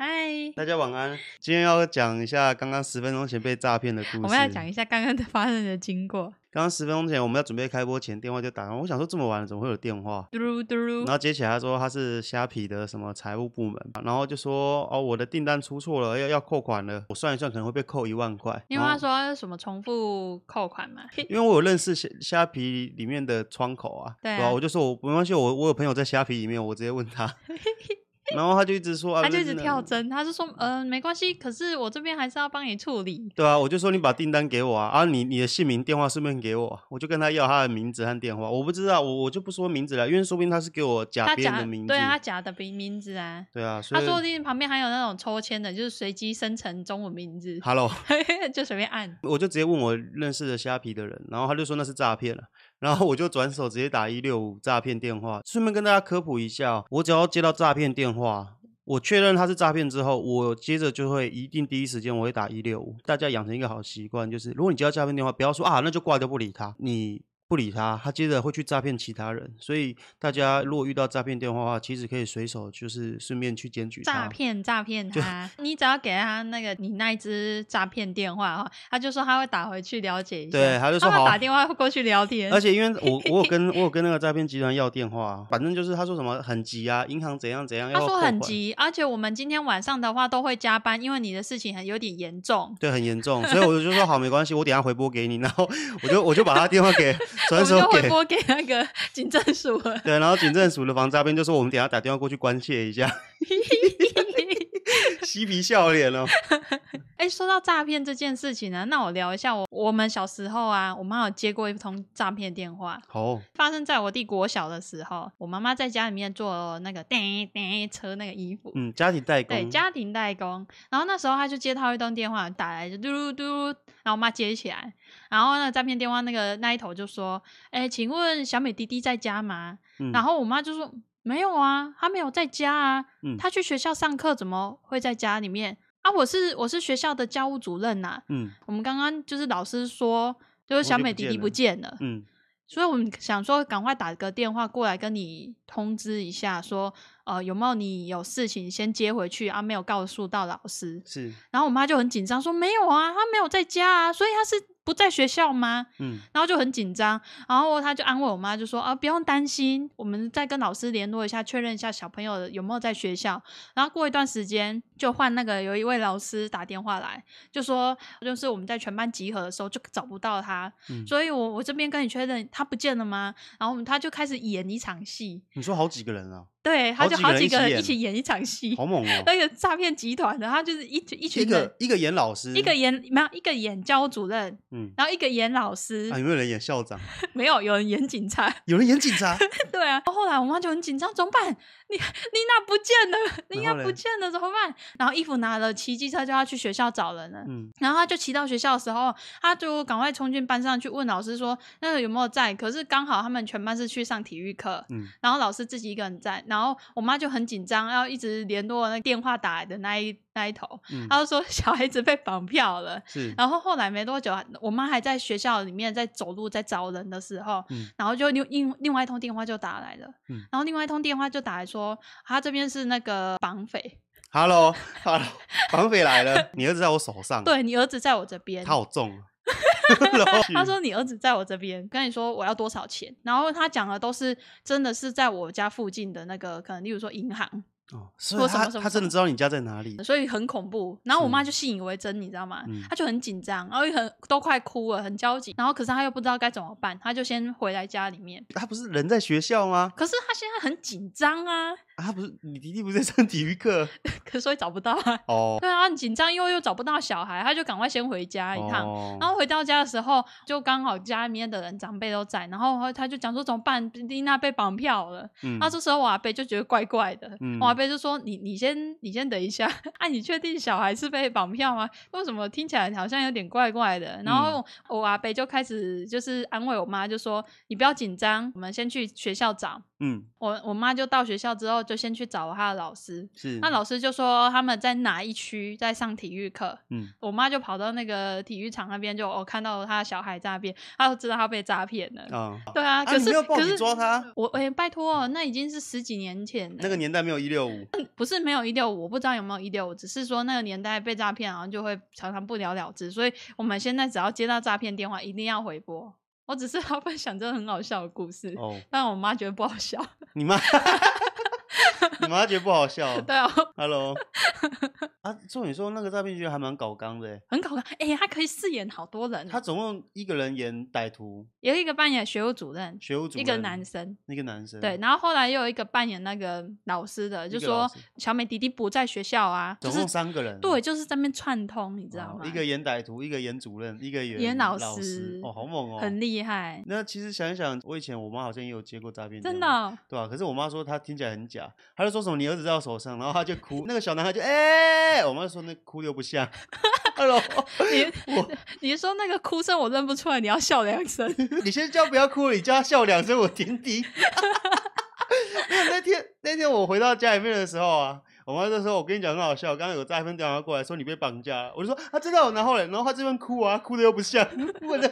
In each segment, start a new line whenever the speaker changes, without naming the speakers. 嗨，
大家晚安。今天要讲一下刚刚十分钟前被诈骗的故事。
我们要讲一下刚刚的 发生的经过。
刚刚十分钟前，我们要准备开播前，电话就打来。我想说这么晚了，怎么会有电话？
嘟噜嘟噜
然，后接起来，他说他是虾皮的什么财务部门，然后就说哦，我的订单出错了，要要扣款了。我算一算，可能会被扣一万块。
因为他
然后
说什么重复扣款嘛，
因为我有认识虾虾皮里面的窗口啊，
对啊
吧、我就说我没关系，我我有朋友在虾皮里面，我直接问 他，然后他就一直说啊，
他就一
那
直
那
跳针，他就说，嗯、没关系，可是我这边还是要帮你处理。
对啊，我就说你把订单给我啊，啊你你的姓名、电话顺便给我，啊我就跟他要他的名字和电话。我不知道，我我就不说名字了，因为说不定他是给我假
他
别人
假
的名字。
对啊，他假的名名字啊，
对啊，所
他
以
说不定旁边还有那种抽签的，就是随机生成中文名字，
Hello，
就随便按。
我就直接问我认识的虾皮的人，然后他就说那是诈骗了，然后我就转手直接打一六五诈骗电话。顺便跟大家科普一下哦，我只要接到诈骗电话。我确认他是诈骗之后，我接着就会一定第一时间我会打一六五。大家养成一个好习惯，就是如果你接到诈骗电话，不要说啊那就挂掉不理他，你不理他，他接着会去诈骗其他人。所以大家如果遇到诈骗电话的话，其实可以随手就是顺便去检举他。
诈骗诈骗他，你只要给他那个你那一只诈骗电话哈，他就说他会打回去了解一下，
对他就说
会
好
打电话过去聊天，
而且因为我我有 跟我有跟那个诈骗集团要电话啊，反正就是他说什么很急啊，银行怎样怎样要
他
扣
说
款，
很急，而且我们今天晚上的话都会加班，因为你的事情很有点严重。
对，很严重，所以我就说好没关系，我等一下回拨给你，然后我就我就把他电 话给
我
转
们
手
就会
给。
拨给那个 警政署了。
对，然后警政署的防诈骗就说我们等一下打电话过去关切一下， 嬉皮笑脸哦。
哎、说到诈骗这件事情呢、那我聊一下我我们小时候啊，我妈有接过一通诈骗电话，
好，
发生在我弟国小的时候，我妈妈在家里面做那个 叮叮车那个衣服，
嗯，家庭代
对，
工，
家庭代工。然后那时候他就接到一通电话打来，就嘟噜嘟噜，然后我妈接起来，然后那个诈骗电话那个那一头就说：“哎、请问小美弟弟在家吗？”
嗯
然后我妈就说：“没有啊，他没有在家啊，
嗯
他去学校上课，怎么会在家里面？啊，我是我是学校的教务主任呐、
嗯
我们刚刚就是老师说，就是小
哦就
美
不
弟
见
弟
了
不见了。”
嗯，
所以我们想说，赶快打个电话过来跟你通知一下说，呃有没有你有事情先接回去啊？没有告诉到老师。
是，
然后我妈就很紧张说，没有啊，他没有在家啊，所以他是不在学校吗？
嗯
然后就很紧张，然后她就安慰我妈，就说啊，不用担心，我们再跟老师联络一下，确认一下小朋友有没有在学校。然后过一段时间，就换那个有一位老师打电话来，就说就是我们在全班集合的时候就找不到他，
嗯
所以我我这边跟你确认他不见了吗？然后我们他就开始演一场戏，
你说好几个人啊，
对，他
好
就
几
好
个人
几
一起
个人
演
一起演一场戏，。
好猛哦
那个诈骗集团的，他就是一群一
一
群人
个。一个演老师，
一个演没有一个演教务主任，
嗯
然后一个演老师，
啊，有没有人演校长？
没有有人演警察，
有人演警察？
对啊，后来我妈就很紧张，怎么办？你你娜不见了，你娜
然后嘞
不见了，怎么办？然后衣服拿了，骑机车就要去学校找人了。
嗯
然后他就骑到学校的时候，他就赶快冲进班上去问老师说：“那个有没有在？”可是刚好他们全班是去上体育课，
嗯，
然后老师自己一个人在，然后我妈就很紧张，要一直联络那个电话打来的那一那一头，
嗯
她就说小孩子被绑票了。
是，
然后后来没多久，啊我妈还在学校里面在走路在找人的时候，
嗯
然后就另另另外一通电话就打来了，
嗯
然后另外一通电话就打来说，他这边是那个绑匪，
Hello，Hello，绑匪来了，你儿子在我手上，，
对你儿子在我这边，
他嗯 好重啊。然后
他说你儿子在我这边，跟你说我要多少钱，然后他讲的都是真的是在我家附近的那个，可能例如说银行，
哦，所
说
以
什么
他
什么
他真的知道你家在哪里，
所以很恐怖。然后我
是
妈就信以为真，你知道吗？
嗯
她就很紧张，然后又很都快哭了，很焦急。然后可是她又不知道该怎么办，她就先回来家里面。
他不是人在学校吗？
可是她现在很紧张啊，
啊他不是你弟弟不是在上体育课
可是所以找不到 啊。
哦？
对啊，很紧张，又又找不到小孩，她就赶快先回家一趟。
哦
然后回到家的时候，就刚好家里面的人长辈都在，然后她就讲说怎么办，丽娜被绑票了。啊
嗯
那这时候我阿贝就觉得怪怪的，
嗯
我阿贝就说：“你你先你先等一下， 啊，你确定小孩是被绑票吗？为什么听起来好像有点怪怪
嗯
的？”然后我阿贝就开始就是安慰我妈，就说：“你不要紧张，我们先去学校找。”
嗯，
我我妈就到学校之后，就先去找她的老师。
是。
那老师就说他们在哪一区在上体育课，
嗯，
我妈就跑到那个体育场那边，就我、哦、看到她的小孩诈骗，她就知道她被诈骗了。
啊，
对啊，可
你
是、
没有报
可
警
是
抓 他，
我哎、拜托，那已经是十几年前了
那个年代没有一六五，
不是没有一六五，我不知道有没有一六五，只是说那个年代被诈骗，然后就会常常不了了之。所以我们现在只要接到诈骗电话，一定要回拨。我只是要分享这个很好笑的故事，
哦，
但我妈觉得不好笑。
你妈，你妈觉得不好笑哦
对啊，
？Hello，啊，照你说那个诈骗剧还蛮搞纲的欸，
很搞笑。哎、她可以饰演好多人哦，
他总共一个人演歹徒、
有一个扮演学务主任，
学务主
一
任，
个男，生。
一个男生，
对，，然后后来又有一个扮演那个老师的，就
一个老
说
师
小美弟弟不在学校啊，就
总
是
共三个人，
对，
哦，
就是在那边串通，你知道吗？
一个演歹徒，一个演主任，一个演
演
老
老师
哦，好猛哦，
很厉害，
那其实想一想，我以前我妈好像也有接过诈骗电话，
真的哦、
对啊，可是我妈说她听起来很假，她就说什么你儿子在我手上，然后她就哭，那个小男孩就哎、我妈就说那哭又不像 ，Hello，我
你是说那个哭声我认不出来，你要笑两声。
你先叫不要哭，你叫她笑两声我听听。 没有那天那天我回到家里面的时候啊，我妈就说我跟你讲很好笑，刚刚有诈骗电话过来说你被绑架了，我就说啊知道，然后嘞，然后她这边哭啊，哭的又不像， 我的。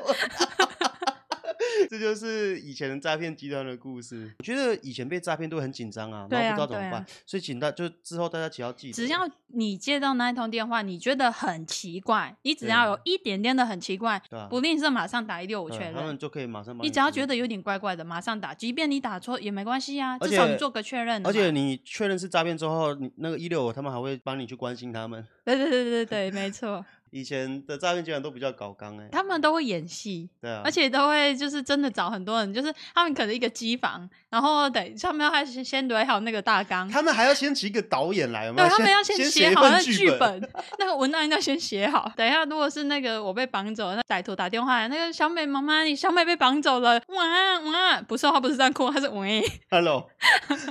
这就是以前的诈骗集团的故事。我觉得以前被诈骗都很紧张啊，
对
然后
啊
不知道怎
对
么
啊
办，所以请大就之后大家只要记得，
只要你接到那一通电话，你觉得很奇怪，你只要有一点点的很奇怪，
对啊
不吝啬马上打一六五
对啊
确
他们
认。
就可以马上帮
你只要
处理
觉得有点怪怪的，马上打，即便你打错也没关系啊，
而
至少你
且
做个确认了嘛。
而且你确认是诈骗之后，你那个一六他们还会帮你去关心他们。
对对对对对，没错，
以前的诈骗集团都比较搞刚哎、
他们都会演戏。
对啊，
而且都会就是真的找很多人，就是他们可能一个机房，然后等他们要先先捋好那个大纲，
他们还要先请一个导演来，有没
对
有？
他们要
先
写
一
好那
份
个剧
本。
本， 那个文案要先写好。等一下，如果是那个我被绑走了，那歹徒打电话来，那个小美妈妈，你小美被绑走了，哇哇，不是，她不是这样哭，她是喂，
Hello，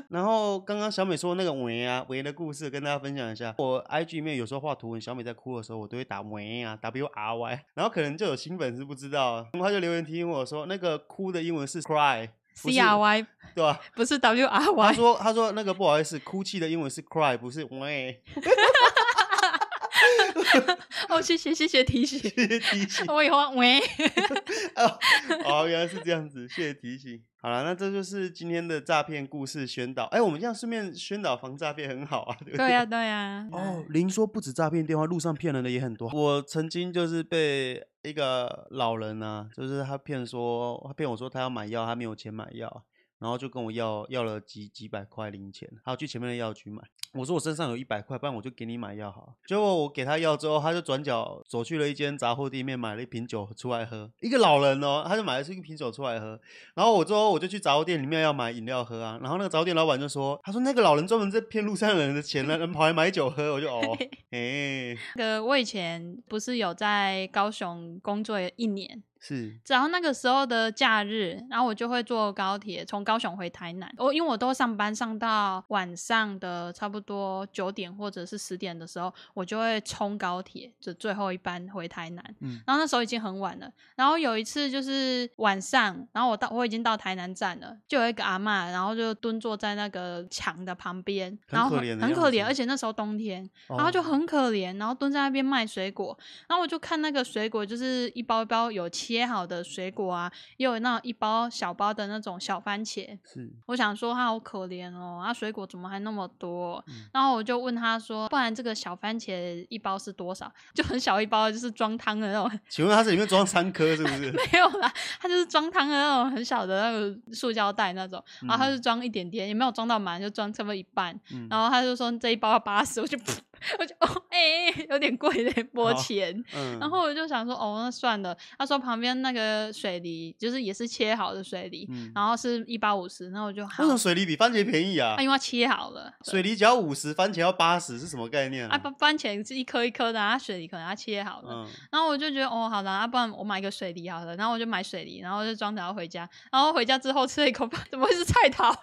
然 后刚刚小美说那个喂啊喂的故事，跟大家分享一下。我 IG 里面有时候画图文，小美在哭的时候，我都会打喂啊 W R Y，然后可能就有新粉丝不知道啊，然后他就留言提醒我说，那个哭的英文是 cry，不
C
是
R Y
对吧、
不是 W R
他
Y，
说：“他说那个不好意思，哭泣的英文是 cry，不是 喂。
哦，谢谢谢谢提醒
，谢谢提醒
我以后要 喂，
哦，哦，原来是这样子，谢谢提醒。好了，那这就是今天的诈骗故事宣导。哎、我们这样顺便宣导防诈骗很好啊，对不
对呀、对呀、
哦，林说不止诈骗电话，路上骗人的也很多。我曾经就是被一个老人啊，就是他骗说，他骗我说他要买药，他没有钱买药，然后就跟我要要了几几百块零钱，还有去前面的药局买。我说我身上有一百块，不然我就给你买药好了。结果我给他药之后，他就转角走去了一间杂货店里面买了一瓶酒出来喝。一个老人哦，他就买了一瓶酒出来喝。然后我之后我就去杂货店里面要买饮料喝啊，然后那个杂货店老板就说，他说那个老人专门在骗路上的人的钱呢，人跑来买酒喝，我就 哦，哎、
那个我以前不是有在高雄工作一年，
是
然后那个时候的假日，然后我就会坐高铁从高雄回台南。我因为我都上班上到晚上的差不多九点或者是十点的时候，我就会冲高铁，就最后一班回台南。
嗯
然后那时候已经很晚了。然后有一次就是晚上，然后我到我已经到台南站了，就有一个阿嬷，然后就蹲坐在那个墙的旁边，
很
然后
可怜的
很
样
可
子
怜，而且那时候冬天，
哦，
然后就很可怜，然后蹲在那边卖水果。然后我就看那个水果，就是一包一包有切好的水果啊，也有那种一包小包的那种小番茄。
是
我想说他好可怜哦，他水果怎么还那么多？
嗯
然后我就问他说，不然这个小番茄一包是多少？ 就很小一包，就是装汤的那种，
请问他是里面装三颗是不是？
没有啦，它就是装汤的那种很小的那个塑胶袋那种，然后他就装一点点，也没有装到满，就装差不多一半。
嗯
然后他就说这一包要八十，我就我就哦哎、有点贵嘞，拨
好
钱。
嗯
然后我就想说哦那算了，他说旁边那个水梨就是也是切好的水梨，
嗯
然后是一包五十，那我就好
为什，么水梨比番茄便宜啊
啊、？因为它切好了。
水梨只要五十，番茄要八十，是什么概念
啊，番番茄是一颗一颗的、啊，它水梨可能它切好了，
嗯，
然后我就觉得哦，好啦，啊、不然我买一个水梨好了。然后我就买水梨，然后就装着要回家。然后回家之后吃了一口饭，怎么会是菜桃 啊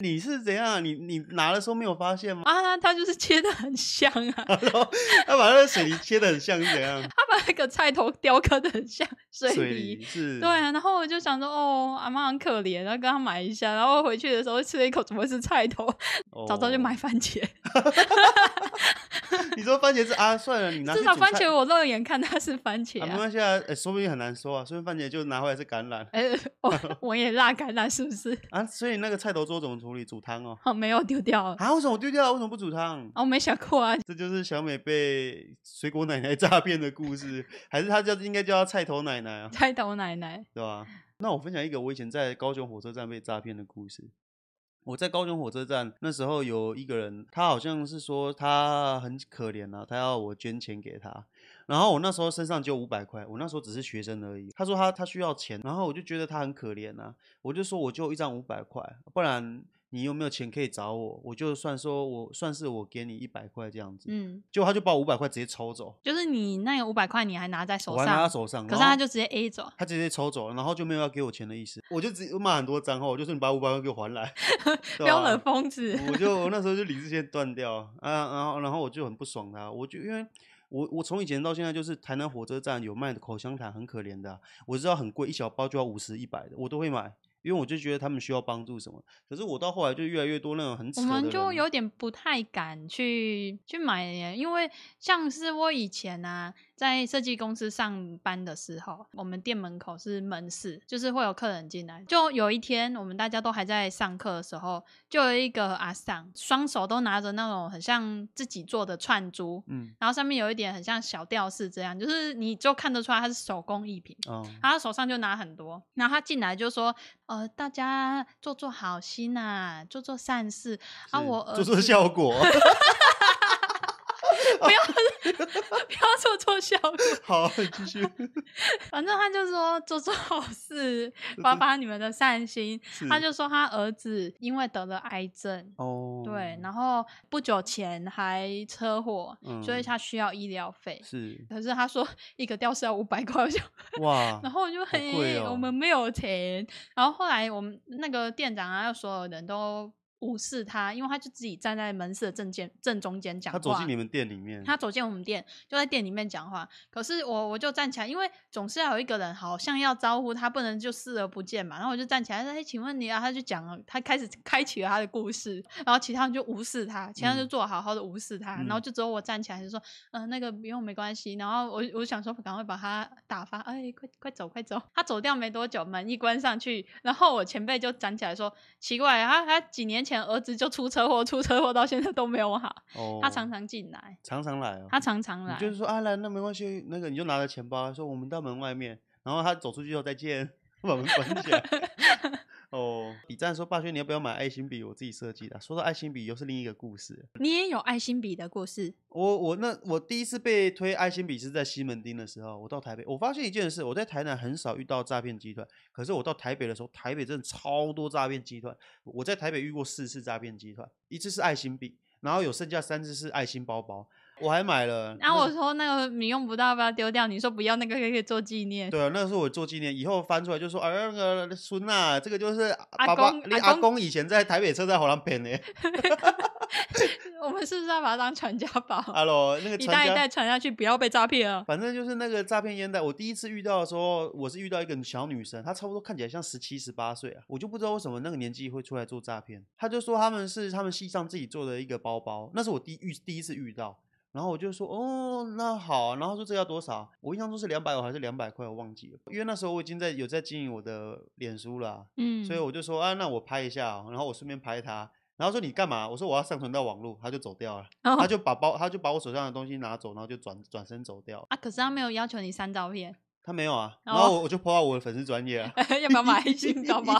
你是怎样？你你拿的时候没有发现吗？
啊？它就是切的很像啊，
然后他把那个水泥切的很像是怎样？
他把那个菜头雕刻的很像水
水
泥。
是，
对啊，然后我就想说，哦，阿妈很可怜，然后跟他买一下，然后回去的时候吃了一口，怎么是菜头？
哦
早知道就买。番茄，
你说番茄是啊，算了，你拿去
至少
煮
番
菜
茄我肉眼看它是番茄
啊，没
啊。
关系啊，哎，说不定很难说啊，说不定番茄就拿回来是橄榄
哎、我 我也辣干了，是不是？
啊，所以那个菜头粥怎么处理？煮汤哦。
哦，没有丢掉了。
啊，为什么我丢掉了？为什么不煮汤？
啊，我没想过啊，
这就是小美被水果奶奶 诈骗的故事，还是她叫应该叫她菜头奶奶啊，
菜头奶奶，
对吧？那我分享一个我以前在高雄火车站被诈骗的故事。我在高雄火车站那时候有一个人，他好像是说他很可怜啊，他要我捐钱给他。然后我那时候身上就五百块，我那时候只是学生而已。他说他他需要钱，然后我就觉得他很可怜啊，我就说我就一张五百块，不然你有没有钱可以找我？我就算说我算是我给你一百块这样子。
嗯，
结果他就把五百块直接抽走，
就是你那个五百块你还拿在手
我还拿他
上，
手上，
可是
然后
他就直接 A 走，
他直接抽走了，然后就没有要给我钱的意思，我就直接骂很多脏话，我就说你把五百块给我还 来，对
标
吧
了疯子。
我就我那时候就理智线断掉啊，然后然后我就很不爽他，我就因为我我从以前到现在就是台南火车站有卖的口香糖很可怜的啊、我知道很贵，一小包就要五十一百的，我都会买。因为我就觉得他们需要帮助什么，可是我到后来就越来越多那种很扯
我
的
们就
人
有点不太敢去去买耶，因为像是我以前啊，在设计公司上班的时候，我们店门口是门市，就是会有客人进来。就有一天，我们大家都还在上课的时候，就有一个阿桑，双手都拿着那种很像自己做的串珠，
嗯
然后上面有一点很像小吊饰这样，就是你就看得出来它是手工艺品。
哦
他手上就拿很多，然后他进来就说：“呃，大家做做好心呐、做做善事啊。”
是
我儿
做出
子
效果，
不要做错效果，
好继续
反正他就说做做好 事，发发你们的善心。
是
他就说他儿子因为得了癌症，
哦
对，然后不久前还车祸，所以
嗯
他需要医疗费。
是
可是他说一个吊饰要五百块，我就
哇，
然后我就
好贵
嘿，
哦
我们没有钱。然后后来我们那个店长啊，所有人都无视他，因为他就自己站在门市的正间正中间讲
他
话。
走进你们店里面，
他走进我们店，就在店里面讲话。可是我我就站起来，因为总是要有一个人好像要招呼他，不能就视而不见嘛。然后我就站起来说：“哎，请问你啊？”他就讲了，他开始 开启了他的故事，然后其他人就无视他，其他人就
嗯
做好好的无视他，然后
嗯
就只有我站起来就说：“嗯、那个不用，没关系。”然后我我想说赶快把他打发，哎，快快走，快走。他走掉没多久，门一关上去，然后我前辈就站起来说：“奇怪，他他几年前儿子就出车祸，出车祸到现在都没有好，
哦，
他常常进来。”
常常来哦，
他常常来
你，就是说啊，来那没关系，那个你就拿着钱包，啊说我们到门外面，然后他走出去后再见， 把门关 起来。哦，比赞说霸轩，你要不要买爱心笔？我自己设计的啊。说到爱心笔，又是另一个故事。
你也有爱心笔的故事，
我我那我第一次被推爱心笔是在西门町的时候，我到台北，我发现一件事，我在台南很少遇到诈骗集团，可是我到台北的时候，台北真的超多诈骗集团。我在台北遇过四次诈骗集团，一次是爱心笔，然后有剩下三次是爱心包包，我还买了。
然、
那
后
是
我说那个你用不到，要不要丢掉？你说不要，那个可以做纪念。
对啊，那是我做纪念，以后翻出来就说，啊，那个孙啊，这个就是
阿
爸爸，
公
你
阿
阿
公
公以前在台北车站火狼 片的
我们是不是要把它当传家宝，
，Hello，那个
一
啊传
代一
家，
代传下去，不要被诈骗啊！
反正就是那个诈骗烟袋。我第一次遇到的时候，我是遇到一个小女生，她差不多看起来像十七、十八岁啊，我就不知道为什么那个年纪会出来做诈骗。她就说他们是他们系上自己做的一个包包，那是我第一遇第一次遇到。然后我就说哦，那好啊，然后说这要多少？我印象中是两百五还是两百块，我忘记了。因为那时候我已经在有在经营我的脸书了啊、
嗯，
所以我就说啊，那我拍一下哦，然后我顺便拍他，然后说你干嘛？我说我要上传到网络，他就走掉了，
然后
他就把包，他就把我手上的东西拿走，然后就转转身走掉。
啊，可是他没有要求你删照片，
他没有啊，
哦，
然后我我就 po 到我的粉丝专业啊
要不要买爱心包包？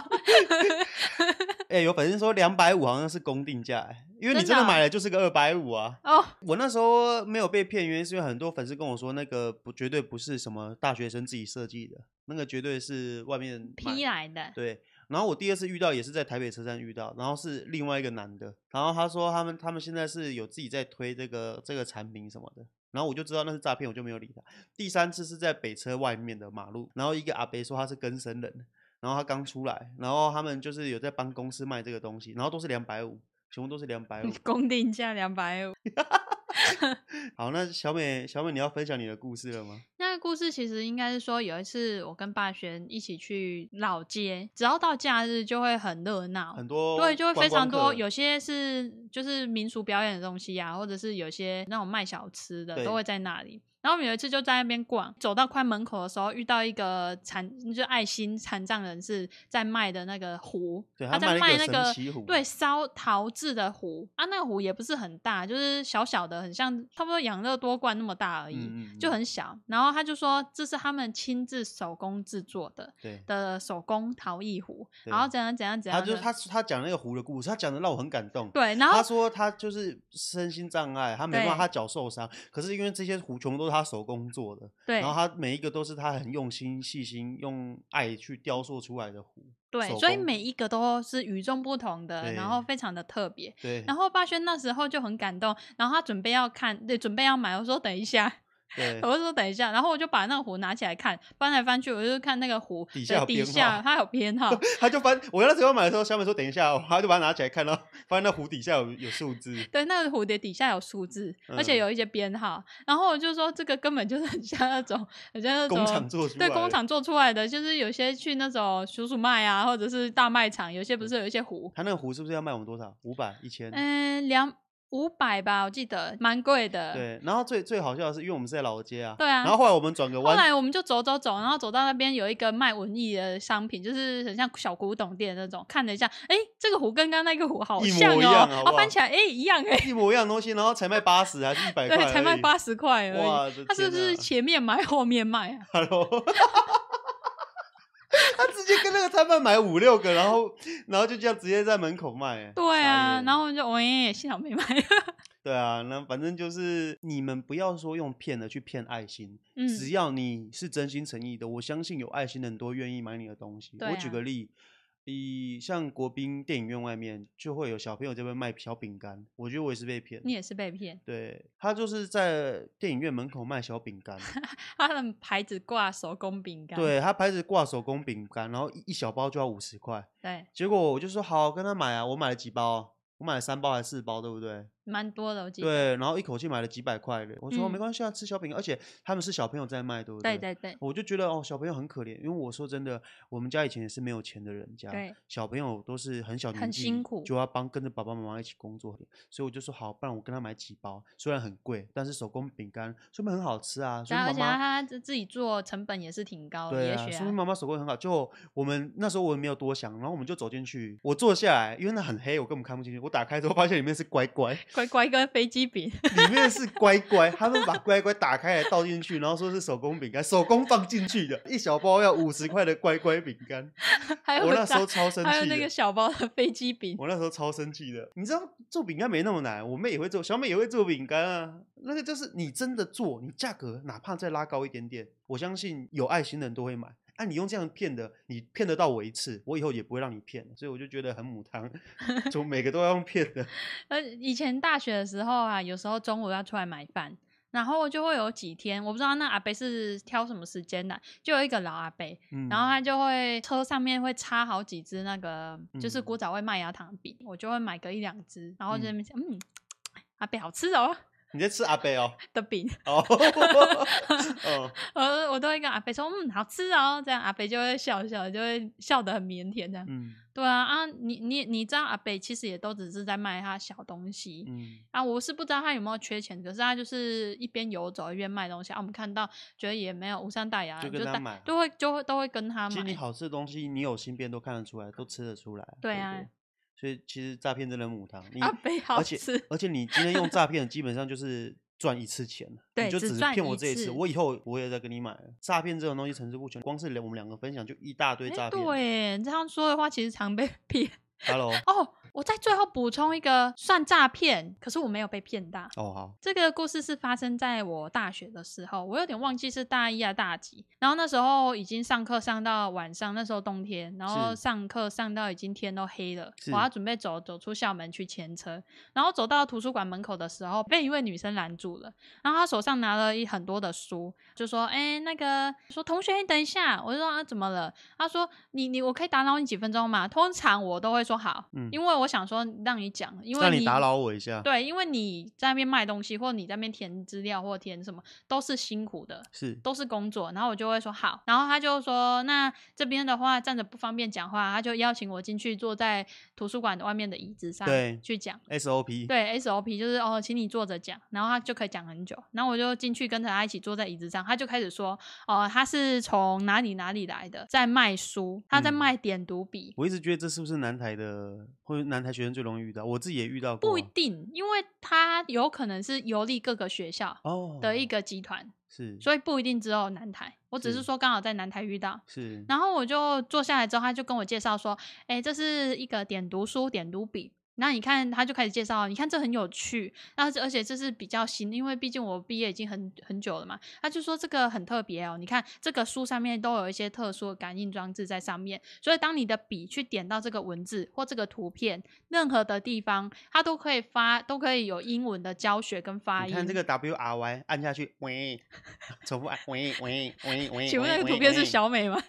哎、有粉丝说两百五好像是公定价、欸，因为你
真
真
的
的
啊
买了就是个二百五啊。
哦，
我那时候没有被骗，原因是因为很多粉丝跟我说，那个不绝对不是什么大学生自己设计的，那个绝对是外面买
批来的，
对，然后我第二次遇到也是在台北车站遇到，然后是另外一个男的，然后他说他们他们现在是有自己在推这个这个产品什么的，然后我就知道那是诈骗，我就没有理他。第三次是在北车外面的马路，然后一个阿伯说他是更生人，然后他刚出来，然后他们就是有在 帮公司卖这个东西，然后都是两百五，全部都是两百五，
公定价两百五，
好，那小美，小美，你要分享你的故事了吗？
那个故事其实应该是说，有一次我跟霸轩一起去老街，只要到假日就会很热闹，
很多
对，就会非
观光
常多。
客
有些是就是民俗表演的东西啊，或者是有些那种卖小吃的
对
都会在那里。然后我们有一次就在那边逛，走到快门口的时候，遇到一个残就是爱心残障人士在卖的那个壶，
对
他
他
在
卖
卖
那
那
个
个
神奇壶
对烧陶制的壶啊，那个壶也不是很大，就是小小的，很像差不多养乐多罐那么大而已。
嗯嗯嗯
就很小。然后他就说这是他们亲自手工制作的
对。
的手工陶艺壶，
对
然后怎样怎样怎样
他
的。
就是他，他讲那个湖的故事，他讲的让我很感动。
对，然
他
后
说他就是身心障碍，他没办法，
对
他脚受伤，可是因为这些壶全部都是他手工做的，
对
然后他每一个都是他很用心、细心、用爱去雕塑出来的壶。
对，
手
所以
工
每一个都是与众不同的，
对
然后非常的特别。
对，
然后霸轩那时候就很感动，然后他准备要看，对，准备要买，我说等一下，
对，
我就说等一下，然后我就把那个壶拿起来看，翻来翻去，我就看那个壶
底
的
下有
底
编
下
号
它有编 号，
他就翻，我那时候买的时候，小美说等一下哦，他就把它拿起来看，然后发现那壶底下有有数字。
对，那个蝴蝶底下有数字，而且
嗯
有一些编号。然后我就说，这个根本就是很像那种，很像 那种
工厂做出
对
来
工
的
厂做出来的，就是有些去那种叔叔卖啊，或者是大卖场，有些不
嗯
是有一些壶，
他那个壶是不是要卖我们多少？五百、一千？
嗯，两五百吧，我记得蛮贵的。。
对。然后最最好笑的是，因为我们是在老街啊，
对啊
然后后来我们转个
后
弯，
来我们就走走走，然后走到那边有一个卖文艺的商品，就是很像小古董店那种。看了一下，哎，这个壶跟刚刚那个壶好
一模
像哦，
一样好
啊
不
翻
好
起来，哎，一样哎，
一模一样的东西，然后才卖八十还是一百块
对
而已？，
才卖八十块而
哇
已
这。
他是
天
不是
哪
前面买后面卖啊？
Hello，他直接跟那个摊贩买五六个，然后 然后就这样直接在门口卖、欸
对
傻
啊，
眼
然后我们就喂，幸好没买。
对啊，那反正就是你们不要说用骗的去骗爱心，
嗯
只要你是真心诚意的，我相信有爱心的人都愿意买你的东西。
对
我举
啊
个例。以像国宾电影院外面就会有小朋友这边卖小饼干，我觉得我也是被骗。
你也是被骗，
对他就是在电影院门口卖小饼 干，
他的牌子挂手工饼干。
对啊他牌子挂手工饼干，然后一一小包就要五十块，
对，
结果我就说好，跟他买啊，我买了几包，我买了三包还是四包，对不对？
蛮多的，我记得。
对，啊然后一口气买了几百块的，我说、
嗯
没关系啊，吃小饼干，而且他们是小朋友在卖，对不
对
对
对对
我就觉得哦，小朋友很可怜，因为我说真的，我们家以前也是没有钱的人家，
对，
小朋友都是很小年
很
纪，
辛苦
就要帮跟着爸爸妈妈一起工作，所以我就说好，不然我跟他买几包，虽然很贵，但是手工饼干说明很好吃啊，所以
然后
妈
而且
妈
他自自己做成本也是挺高的，
对
也
啊，
许
说明妈妈手工很好。就我们那时候我也没有多想，然后我们就走进去，我坐下来，因为那很黑，我根本看不进去。我打开之后发现里面是乖乖，
乖乖跟飞机饼。
里面是乖乖，他们把乖乖打开来倒进去，然后说是手工饼干，手工放进去的，一小包要五十块的乖乖饼干。
还有
我那
炸
时候超生
还有
气
那个
的。
小包的飞机饼，
我那时候超生气的，你知道做饼干没那么难，我妹也会做，小美也会做饼干啊。那个就是你真的做，你价格哪怕再拉高一点点，我相信有爱心的人都会买。啊，你用这样骗的，你骗得到我一次，我以后也不会让你骗了。所以我就觉得很母 汤，就每个都要用骗的。
呃，以前大学的时候啊，有时候中午要出来买饭，然后就会有几天，我不知道那阿伯是挑什么时间的，就有一个老阿伯，
嗯，
然后他就会车上面会插好几支那个，就是
嗯
古早味麦芽糖饼，我就会买个一两支，然后就在那
嗯
边想，嗯，阿伯好吃哦
你在吃阿贝 哦，
的饼，
哦，哦，
呃，我都会跟阿伯说，嗯，好吃哦，这样阿伯就会笑笑，就会笑得很腼腆这样。
嗯
对啊啊，你你你知道阿伯其实也都只是在卖他小东西，
嗯，
啊，我是不知道他有没有缺钱，可是他就是一边游走一边卖东西啊。我们看到觉得也没有无伤大雅，
就跟
就
他
带
买啊
都会就会都会跟他
其实你
买。
好吃的东西，你有心变都看得出来，都吃得出来。
对
不
啊
所以其实诈骗真的很母汤，你
阿北好
而且
吃，
而且你今天用诈骗，基本上就是赚一次钱了，
对
你就
只
只是
赚
骗
一
我这一次，
次
我以后我也再跟你买了。诈骗这种东西层出不穷，光是两我们两个分享就一大堆
哎，
诈骗。
对耶，这样说的话，其实常被 骗。
，Hello，
哦，我在最后补充一个算诈骗，可是我没有被骗到。
哦好，
这个故事是发生在我大学的时候，我有点忘记是大一啊大几。然后那时候已经上课上到晚上，那时候冬天，然后
是
上课上到已经天都黑了，
是
我要准备走走出校门去牵车。然后走到图书馆门口的时候，被一位女生拦住了，然后她手上拿了一很多的书，就说：“哎、那个说同学，你等一下。”我就说：“啊，怎么了？”她说：“你你我可以打扰你几分钟嘛？”通常我都会说好，
嗯
因为我想说让你讲，因为
让你打扰我一下。
对，因为你在那边卖东西，或你在那边填资料，或填什么，都是辛苦的，
是，
都是工作。然后我就会说好，然后他就说那这边的话站着不方便讲话，他就邀请我进去坐在图书馆的外面的椅子上
对
去讲。
SOP，
对 SOP 就是哦，请你坐着讲，然后他就可以讲很久。然后我就进去跟着他一起坐在椅子上，他就开始说哦、他是从哪里哪里来的，在卖书，他在
嗯
卖点读笔。
我一直觉得这是不是南台的，或者南台学生最容易遇到？我自己也遇到过。
不一定，因为他有可能是游历各个学校
哦
的一个集团，
是
所以不一定只有南台。我只是
是
说刚好在南台遇到，
是
然后我就坐下来之后，他就跟我介绍说：“哎，这是一个点读书、点读笔。”那你看，他就开始介绍，你看这很有趣，然后而且这是比较新，因为毕竟我毕业已经很很久了嘛。他就说这个很特别哦，你看这个书上面都有一些特殊的感应装置在上面，所以当你的笔去点到这个文字或这个图片任何的地方，它都可以发，都可以有英文的教学跟发音。
你看这个 W R Y 按下去，喂，重复按喂喂喂喂。
请问那个
喂
图片是
喂
小美吗？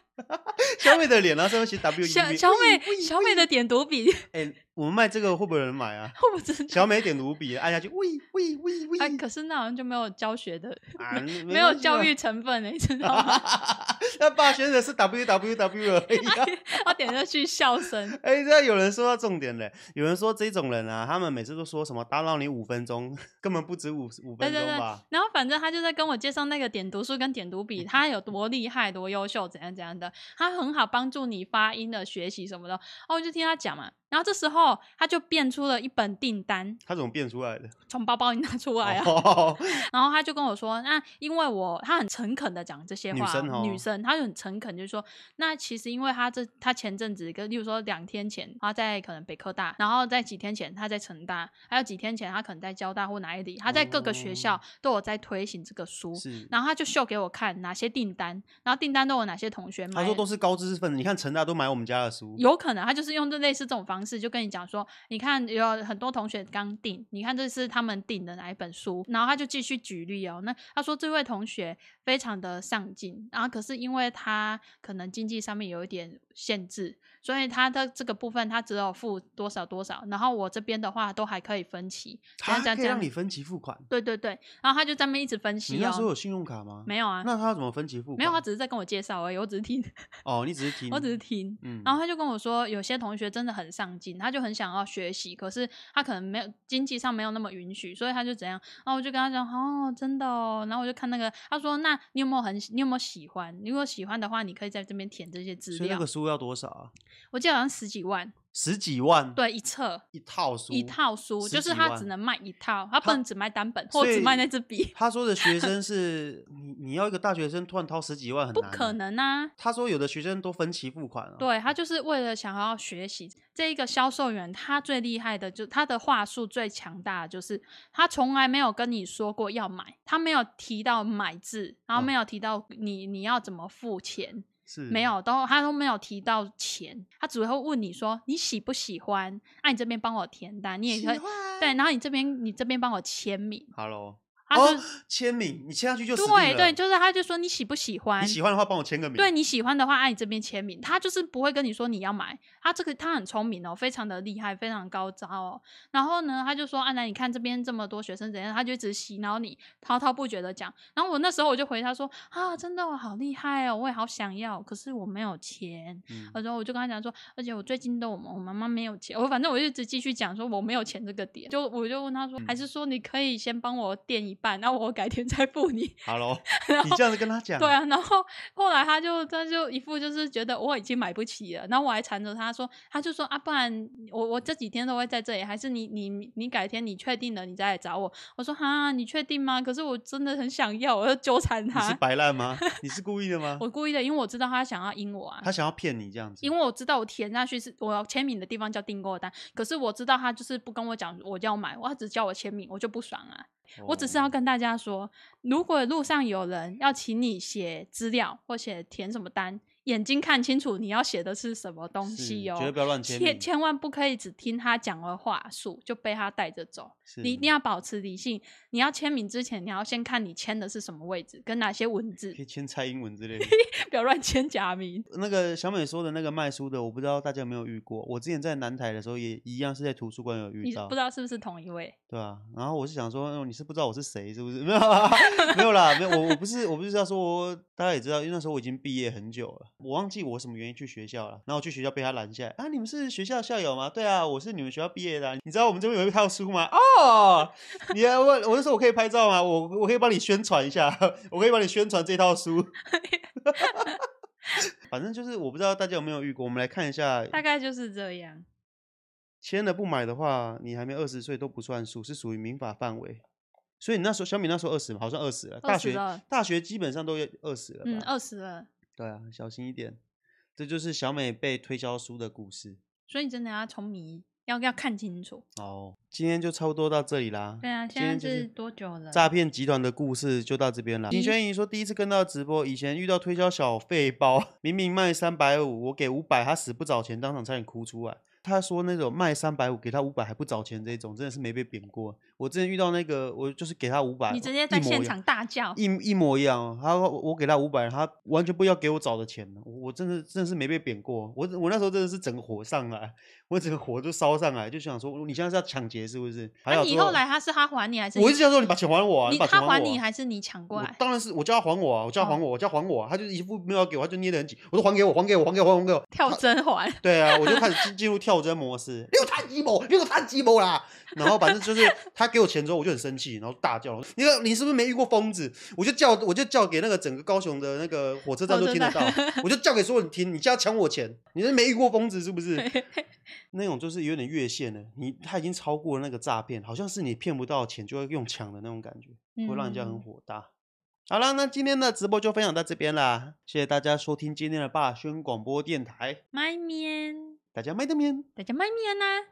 小美的脸，然后上面写 W
小
E
小美小美的点读笔，
哎、我们卖这个会不会有人买 啊？
我不知道。
小美点卢比，按下去，喂喂喂喂，
哎，可是那好像就没有教学的，
啊
没有教。育
没关系
成分哎、你知道吗？
啊 那霸选的是 W W W 而已、 啊。
他点下去笑声，
哎、这有人说到重点嘞，有人说这种人啊，他们每次都说什么打扰你五分钟，根本不止五五
对对
分钟
对
吧。。
然后反正他就在跟我介绍那个点读书跟点读
嗯
笔，他有多厉害、多优秀、怎样怎样的，他很好帮助你发音的学习什么的。哦，我就听他讲嘛。然后这时候他就变出了一本订单，
他怎么变出来的？
从包包里拿出来啊。
哦，
然后他就跟我说，那因为我他很诚恳的讲这些话，
女生哦
女生她就很诚恳，就说，那其实因为他这他前阵子跟，例如说两天前他在可能北科大，然后在几天前他在成大，还有几天前他可能在交大或哪里，他在各个学校都有在推行这个书。
哦是。
然后他就秀给我看哪些订单，然后订单都有哪些同学买。
他说都是高知识分子，你看成大都买我们家的书，
有可能他就是用这类似这种方式，就跟你讲说，你看有很多同学刚订，你看这是他们订的哪一本书，然后他就继续举例哦。那他说这位同学非常的上进，然后可是因为他可能经济上面有一点限制，所以他的这个部分他只有付多少多少，然后我这边的话都还可以分期，这样这
他
样
可
这
以让
样
你。分期付款。
对对对，然后他就在那边一直分析
你
哦。
那时候有信用卡吗？
没有啊？
那他怎么分期付款？
没有，他只是在跟我介绍而已，我只是听，
哦，你只是听，
我只是听。
嗯，
然后他就跟我说，有些同学真的很上进，他就很想要学习，可是他可能没有经济上没有那么允许，所以他就怎样。然后我就跟他讲，哦，真的哦。然后我就看那个，他说，那你有没有很，你有没有喜欢？如果喜欢的话，你可以在这边填这些资
所以那
料。
个书要多少啊？
我记得好像十几万，
十几万，，
对，一册
一套书，
一。套书，
十
就是
几
他
万
只能卖一套，他不能只卖单本，或
所
只
以
卖那支笔，
他说的学生是你，你要一个大学生突然掏十几万很
不
难，
可。能啊。
他说有的学生都分期付款啊，，
对他就是为了想要学习这一个销售员，他最厉害的就他的话术最强大的就是他从来没有跟你说过要买，他没有提到买字，然后
嗯
没有提到你你要怎么付钱，
是
没。有都他都没有提到钱，他只会问你说你喜不喜欢，啊那、你这边帮我填单，你也可以
喜欢
对，然后你这边你这边帮我签名，
Hello，
他就、
哦，签名，你签下去就死定
对
了
对，，就是他就说你喜不喜欢，
你喜欢的话帮我签个名，
对，你喜欢的话，按你这边签名，他就是不会跟你说你要买。他这个他很聪明哦，非常的厉害，非常高招哦。然后呢，他就说：“安、啊、南，你看这边这么多学生怎样？”他就一直洗脑你，滔滔不绝的讲。然后我那时候我就回他说：“啊，真的，我好厉害哦，我也好想要，可是我没有钱。”
嗯，
然后我就跟他讲说，而且我最近都我我妈妈没有钱，我反正我就一直继续讲说我没有钱这个点，就我就问他
嗯
说，还是说你可以先帮我垫一半，然后我改天再付你。
Hello，
然
你
后
这样子跟他 讲，
对，啊，然后后来他就他就一副就是觉得我已经买不起了，然后我还缠着他说，他就说啊，不然我我这几天都会在这里，还是你你你改天你确定了你再来找我。我说哈，你确定吗？可是我真的很想要，我就纠缠
你是
他，
白 烂吗？你是故意的吗？
啊我故意的，因为我知道他想要阴我啊。
他想要骗你这样子，
因为我知道我填下去是我要签名的地方叫订购单，可是我知道他就是不跟我讲我要买，他只叫我签名，我就不爽啊。我只是要
哦
跟大家说，如果路上有人要请你写资料或写填什么单，眼睛看清楚你要写的是什么东西
是绝对
哦。
不要乱签
千
名。
千万不可以只听他讲的话术就被他带着走，
是
你一定要保持理性。你要签名之前，你要先看你签的是什么位置，跟哪些文字
可，以签蔡英文之类的。
不要乱签假名。
那个小美说的那个卖书的，我不知道大家有没有遇过。我之前在南台的时候也一样是在图书馆有 遇
你
到，
不知道是不是同一位？
对啊，然后我是想说，哦你是不知道我是谁是不 是？没有啊，没有啦，没有，我我不是我不是要说，大家也知道，因为那时候我已经毕业很久了，我忘记我什么原因去学校了，然后我去学校被他拦下来啊，你们是学校校友吗？对啊，我是你们学校毕业的啊、你知道我们这边有一套书吗？哦，你要问我就说我可以拍照吗？我我可以帮你宣传一下， 我可以帮你宣传这套书。 反正就是我不知道大家有没有遇过，我们来看一下
大概就是这样。
签了不买的话，你还没二十岁都不算数，是属于民法范围。所以你那时候，小米那时候二十嘛，好像二十了。大
20
学
了
大学基本上都要二十了吧？
嗯，二十了，
对啊，小心一点。这就是小美被推销书的故事
所以真的要从迷，要要看清楚。
哦。今天就差不多到这里啦。
对啊，
今
现在
天就是
多久了？
诈骗集团的故事就到这边了。
嗯
景轩莹说，第一次跟到直播，以前遇到推销小费包， 明明卖三百五，我给五百，他死不找钱，当场差点哭出来。他说那种卖三百五给他五百还不找钱这种，真的是没被贬过。我之前遇到那个，我就是给他五百，
你直接在
啊一模一
现
样
场大叫，啊
一一模一样哦，他我给他五百，他完全不要给我找的钱了，我我真的真的是没被贬过，我我那时候真的是整个火上来， 我整个火就烧上来，就想说你现在是要抢劫是不是？还
那、
有
你
说
后来他是他还你还是
我一直想说你把钱还我啊，
你
把钱
他
还
还
我啊
你还是你抢过
我
来？
当然是我叫他还我啊，我叫他
哦
还我，我叫他还我啊，他就一副没有要给我，他就捏得很紧，我说还给我，还给我，还给我，还给我。
跳针还，
对啊，我就开始进进入跳针模式，你有贪鸡毛，你有贪鸡毛啦。然后反正就是他给我钱之后，我就很生气，然后大叫，你看你是不是没遇过疯子？我就叫我就叫给那个整个高雄的那个火车站都听得到
火，
我就叫给所有人听，你就要抢我钱，你是没遇过疯子是不是？那种就是有点越线了，你他已经超过了那个诈骗，好像是你骗不到钱就会用抢的那种感觉。会让人家很
嗯
火大。好了，那今天的直播就分享到这边啦，谢谢大家收听今天的霸轩广播电台，
卖面，
大家麦德面。
大家卖面呐、啊